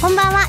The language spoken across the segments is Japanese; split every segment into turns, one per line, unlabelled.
こんばんは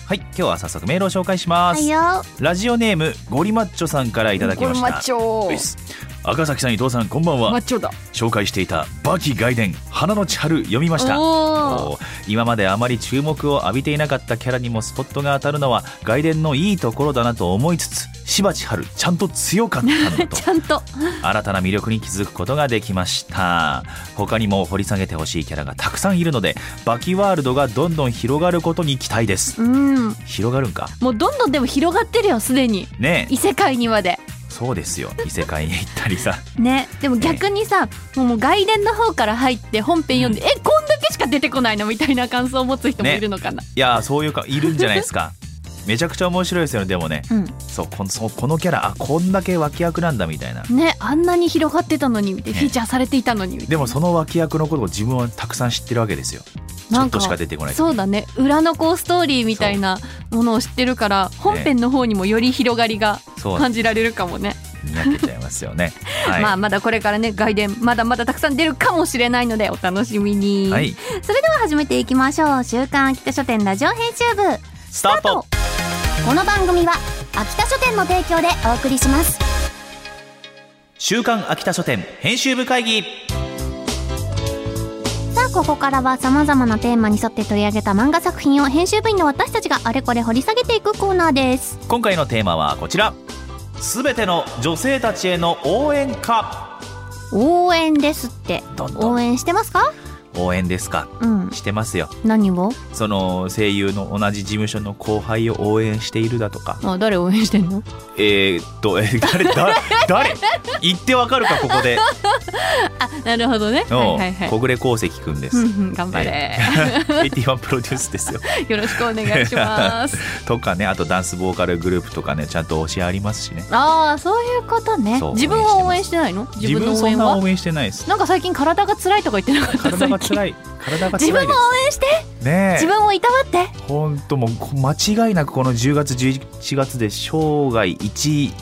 い今日は早速メールを紹介しま
は
す
よ
ラジオネームゴリマッチョさんからいただきました
マッチョ
ういっす赤崎さん伊藤さんこんばん
マ
は
ッチョだ
紹介していたバキ外伝花の千春読みました
お
おー今まであまり注目を浴びていなかったキャラにもスポットが当たるのは外伝のいいところだなと思いつつ柴千春ちゃんと強かったん だと
ちゃんと
新たな魅力に気づくことができました他にも掘り下げてほしいキャラがたくさんいるのでバキワールドがどんどん広がることに期待です
うん
広がるんか
もうどんどんでも広がってるよすでに
ねえ
異世界にまで
そうですよ異世界に行ったりさ
ねでも逆にさ、もうもう外伝の方から入って本編読んで、えこんだけしか出てこないのみたいな感想を持つ人も
ね
いるのかな、
いやーそういうかいるんじゃないですかめちゃくちゃ面白いですよねでもね
うん
そうこのそうこのキャラあこんだけ脇役なんだみたいな
ねあんなに広がってたのにみたいなフ
ね
ィーチャーされていたのにみたいな
でもその脇役のことを自分はたくさん知ってるわけですよちょ
な
っ
ん
としか出てこない
そうだね裏のこうストーリーみたいなものを知ってるから本編の方にもより広がりが
そう
感じられるかもね
になってちゃいますよね、はい
まあまだこれからね外伝まだまだたくさん出るかもしれないのでお楽しみに、
はい、
それでは始めていきましょう週刊秋田書店ラジオ編集部
スタート
この番組は秋田書店の提供でお送りします
週刊秋田書店編集部会議
さあここからは様々なテーマに沿って取り上げた漫画作品を編集部員の私たちがあれこれ掘り下げていくコーナーです
今回のテーマはこちらすべての女性たちへの応援歌
応援ですって
どんどん
応援してますか
応援ですか
うん
してますよ
何を
その声優の同じ事務所の後輩を応援しているだとか
あ誰応援してんの
えー、っとえー誰だ誰言ってわかるかここで
あなるほどねはい
の
はいはい
小暮光石くんで
う
す
んうん頑張れ、
81プロデュースです よ
よろしくお願いします
とかねあとダンスボーカルグループとかねちゃんと推しありますしね
ああそういうことね
そう
自分は応援してないの自
自
分の
分
応
そん
援
な
は
応援してないです
なんか最近体が辛いとか言ってなかった
体が
最近
辛い体が辛いです
自分も応援して
ねえ
自分をいたわって
本当もうこ間違いなくこの10月11月で生涯一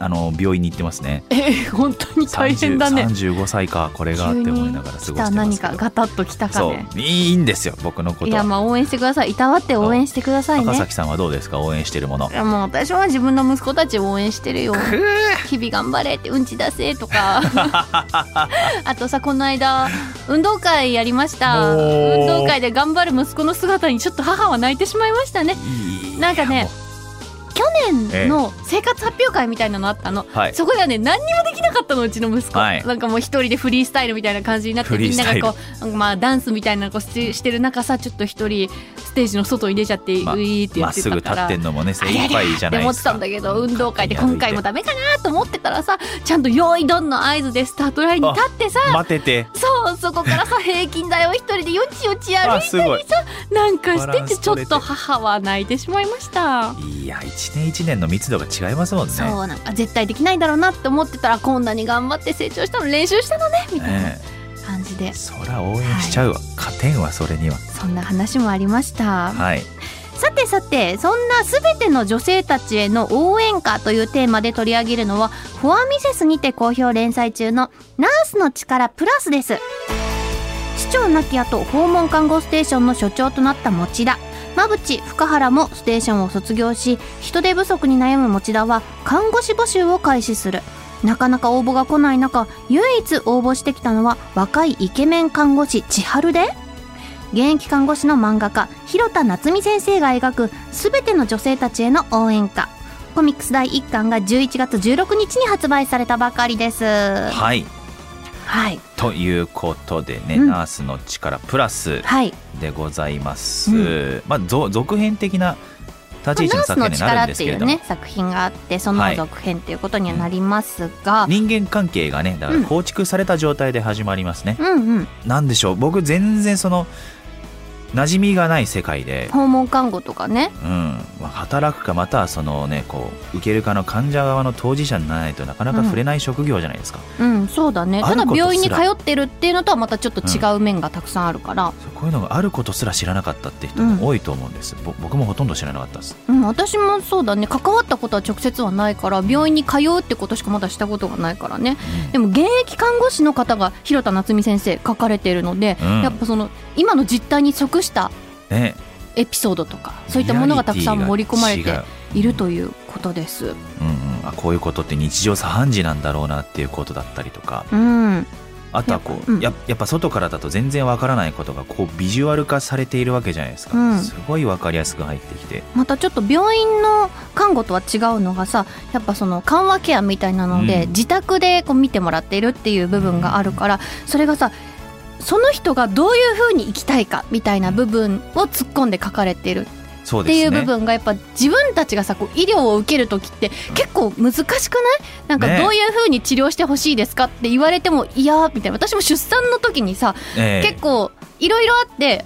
あの病院に行ってますね
え本当に大変だね
30 35歳かこれがって思いながら過ごして
来
ま
た
すけど
何かガタッときたか
そ
ね
ういいんですよ僕のこ
い
と
や
は
まあ応援してくださいいたわって応援してください
赤
ね
崎さんはどうですか応援してるもの
いやもう私は自分の息子たちを応援して るよ日々頑張れってうんち出せとかあとさこの間運動会やりました
もう
運動会で頑張る息子の姿にちょっと母は泣いてしまいましたね
いい
なんかね
も
去年の生活発表会みたいなのあったの、
うはい
そこではね何にもできなかったのうちの息子、
はい
なんかもう一人でフリースタイルみたいな感じになって
フリ
みん
ース
な
タイル
がこう、まあ、ダンスみたいなのこうししてる中さちょっと一人ステージの外に出ちゃって、
まあ
ういーって
ま
や
っ
って
す
た
ぐ
か
立
ら
ってんのもね精一杯じゃ
って
ない
思っ
で
て
すか
たんだけど運動会で今回もダメかなと思ってたらさちゃんと用意どんの合図でスタートラインに立ってさ
待てて
そうそこから さ平均台を一人でよちよち歩
あ
い
すごい
なんか
バ
し
ラ
て
ン
て
ス
ちょ
取れ
ってと母は泣いてしまいました。
いや一年一年の密度が違いますもんね
そうなんか絶対できないだろうなって思ってたらこんなに頑張って成長したの練習したのねみたいな
ね
感じで
えそら応援しちゃうわ、加点はそれには
そんな話もありました
はい
さてさてそんなすべての女性たちへの応援歌というテーマで取り上げるのはフォアミセスにて好評連載中のナースの力プラスです市長亡き後訪問看護ステーションの所長となった持田馬淵深原もステーションを卒業し人手不足に悩む持田は看護師募集を開始するなかなか応募が来ない中唯一応募してきたのは若いイケメン看護師千春で現役看護師の漫画家広田夏実先生が描く全ての女性たちへの応援歌コミックス第1巻が11月16日に発売されたばかりです
はい
はい
ということでね、
うん
ナースの力プラス
はい
でございます、
う
まあぞ続編的な立ち位
ナ
置の
ース
作
の
品になる
力
ん
っ
です
て
け
い
れ
う
ども、
ね作品があってその続編っていうことにはなりますが、
人間関係がねだから
うん
構築された状態で始まりますね、
うんうん
なんでしょう僕全然その馴染みがない世界で、
訪問看護とかね
うんまあ働くかまたはそのねこう受けるかの患者側の当事者にならないとなかなか触れない職業じゃないですか、
うんそうだね
あ
た
る
だ
ことすら
病院に通ってるっていうのとはまたちょっと違う面がたくさんあるから、
そうこういうのがあることすら知らなかったって人も多いと思うんです、ぼ僕もほとんど知らなかったです
うん、私もそうだね関わったことは直接はないから病院に通うってことしかまだしたことがないからねでも現役看護師の方が広田夏実先生書かれているので、
うん
やっぱその今の実態に即した
ね、
エピソードとかそういったものがたくさん盛り込まれ
リア
て
リ
いるということです。
ティが違う、うんうん、あこういうことって日常茶飯事なんだろうなっていうことだったりとか
うん、
あとはこう
うん
ややっぱ外からだと全然わからないことがこうビジュアル化されているわけじゃないですか、
うん
すごいわかりやすく入ってきて、
またちょっと病院の看護とは違うのがさやっぱその緩和ケアみたいなので、
うん
自宅でこう見てもらっているっていう部分があるからそれがさその人がどういうふうに生きたいかみたいな部分を突っ込んで書かれている
そう
っ
で
てい
す
う
ね
部分がやっぱ自分たちがさこう医療を受ける時って結構難しくないなんか
ね
どういうふうに治療してほしいですかって言われてもいやーみたいな私も出産の時にさ
ええ
結構いろいろあって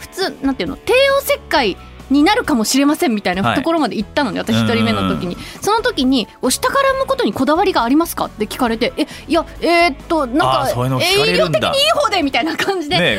普通なんていうの帝王切開になるかもしれませんみたい
は
ないところまで行ったのね、私1人目の時にその時にお下から産むことにこだわりがありますかって聞かれてえいやえーっとなん
あー
か
そういうの聞か
え
れ
ー医
るん
療
だ
的にいい方でみたいな感じで
ね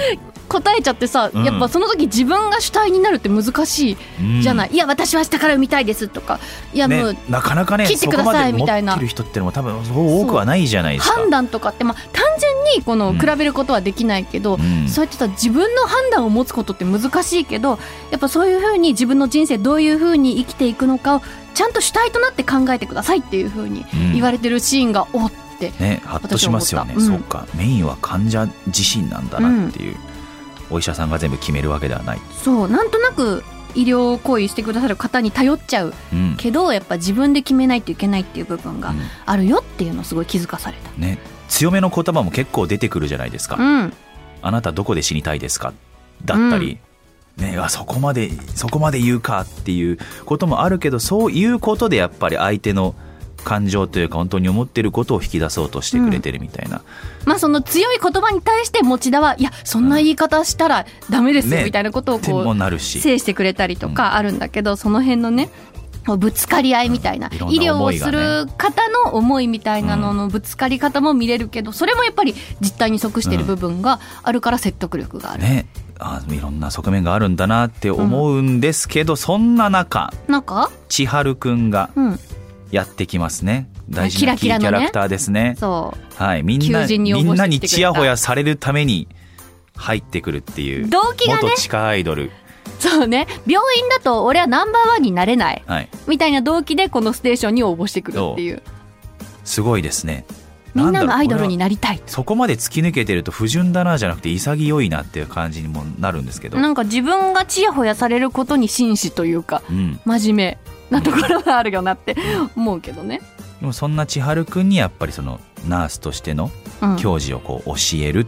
答えちゃってさ、
うん
やっぱその時自分が主体になるって難しい
うん
じゃない、いや私は下から産みたいですとかいやもう、
ね、なかなかね
切ってくださいみたいな
そこまで持ってる人ってのも多分そう多くはないじゃないですか
判断とかって、まあ、単純にこ
う
の
ん
比べることはできないけど、
うん
そうやってさ自分の判断を持つことって難しいけどやっぱそういうふうに自分の人生どういうふうに生きていくのかをちゃんと主体となって考えてくださいっていうふうに
うん
言われてるシーンがおって、
ね、ハッとしますよね、
私
そ
は思
う
っ
かメインは患者自身なんだなっていう、お医者さんが全部決めるわけではない、
そうなんとなく医療行為してくださる方に頼っちゃう
うん
けどやっぱ自分で決めないといけないっていう部分
う
が
ん
あるよっていうのをすごい気づかされた。
ね、強めの言葉も結構出てくるじゃないですか、
うん、
あなたどこで死にたいですかだったり、ね、あそこまでそこまで言うかっていうこともあるけどそういうことでやっぱり相手の感情というか本当に思ってることを引き出そうとしてくれてるみたいな、
まあその強い言葉に対して持田はいやそんな言い方したらダメですよ
ね
みたいなことを
点
こ
も
う
なるし。
制してくれたりとかあるんだけどその辺のねぶつかり合いみたいな、
うんいろん
医
な
療
思
を
い
す
がね
る方の思いみたいなののぶつかり方も見れるけどそれもやっぱり実態に即している部分があるから説得力がある。
ね、あいろんな側面があるんだなって思うんですけど、そんな中
なんか、
千春くんが
うん、
やってきますね大事
キ
な
ラ
キ
キ
ー
ラ
キ
のね
ャラクターですね
そ
はいみんな
求人に応募
み
してきてくれた
んなにちやほやされるために入ってくるっていうう
動機がね
元地下アイドル
そうね病院だと俺はナンバーワンになれない
はい
みたいな動機でこのステーションに応募してくるっていう
すごいですね
みん
だ
な
ろう
のアイドルに
これは
なりたい
そこまで突き抜けてると不純だなじゃなくて潔いなっていう感じにもなるんですけど、
なんか自分がちやほやされることに真摯というか
うん、で
真面目なところがあるよなって思うけどね。
もそんな千春くんにやっぱりそのナースとしての
うん
教授をこう教えるっ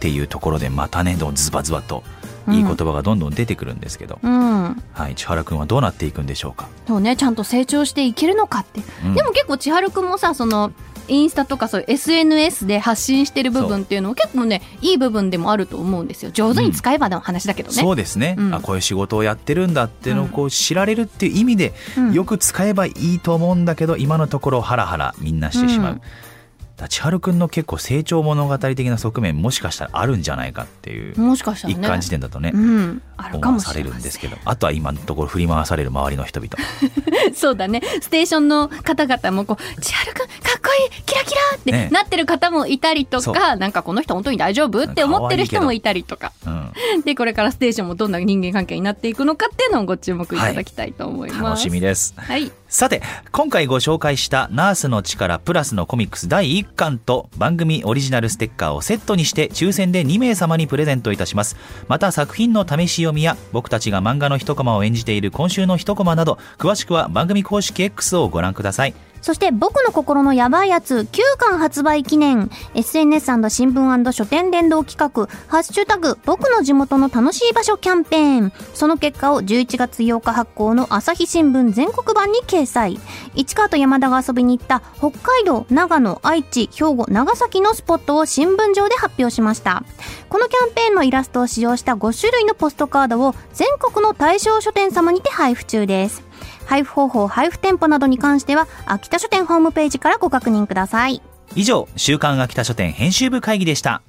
ていうところでまたねどうズバズバといい言葉がどんどん出てくるんですけど、
うん
はい、千春くんはどうなっていくんでしょうか、
そうねちゃんと成長していけるのかって、
うん
でも結構千春くんもさそのインスタとかそういう SNS で発信してる部分っていうのも結構ねいい部分でもあると思うんですよ上手に使えばの話だけどね、
そうですね、
うん
あこういう仕事をやってるんだっていうのをこう知られるっていう意味で
うん
よく使えばいいと思うんだけど今のところハラハラみんなしてしまう、
うん
だから千春くんの結構成長物語的な側面もしかしたらあるんじゃないかっていう、
もしかしたら
一
ね
貫時点だとね、
うん、ある
思
か
わ
も
さ
し
れ
れ
る
ま
ん
せ
で
ん
すけどあとは今のところ振り回される周りの人々
そうだねステーションの方々もこう「千春くんかっこいいキラキラ!」って、
ね
なってる方もいたりと
そう
かなんかこの人本当に大丈夫って思ってる人もいたりとか
うん、
でこれからステーションもどんな人間関係になっていくのかっていうのをご注目いただきたいと思います。
楽しみです
はい
さて今回ご紹介した「ナースの力プラス」のコミックス第1巻と番組オリジナルステッカーをセットにして抽選で2名様にプレゼントいたしますまた作品の試し読みや僕たちが漫画の一コマを演じている今週の一コマなど詳しくは番組公式 X をご覧ください
そして僕の心のやばいやつ9巻発売記念 SNS& 新聞書店連動企画「ハッシュタグ僕の地元の楽しい場所」キャンペーンその結果を11月8日発行の朝日新聞全国版に掲載市川と山田が遊びに行った北海道長野愛知兵庫長崎のスポットを新聞上で発表しましたこのキャンペーンのイラストを使用した5種類のポストカードを全国の対象書店様にて配布中です配布方法配布店舗などに関しては秋田書店ホームページからご確認ください
以上週刊秋田書店編集部会議でした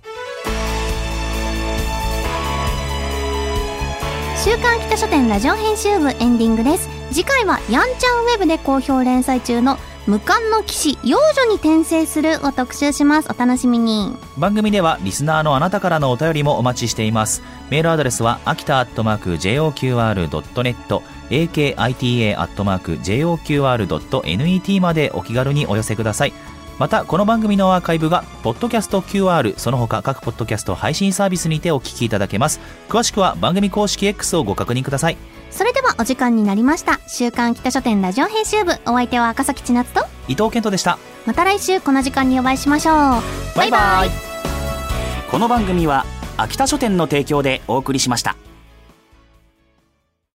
週刊秋田書店ラジオ編集部エンディングです次回はやんちゃんウェブで好評連載中の無冠の騎士幼女に転生するを特集しますお楽しみに
番組ではリスナーのあなたからのお便りもお待ちしていますメールアドレスは秋田アットマーク JOQR.net akita アットマーク JOQR.net までお気軽にお寄せくださいまたこの番組のアーカイブがポッドキャスト QR その他各ポッドキャスト配信サービスにてお聞きいただけます詳しくは番組公式 X をご確認ください
それではお時間になりました週刊北書店ラジオ編集部お相手は赤崎千夏と
伊藤健人でした
また来週この時間にお会いしましょうバイバイ
この番組は秋田書店の提供でお送りしました。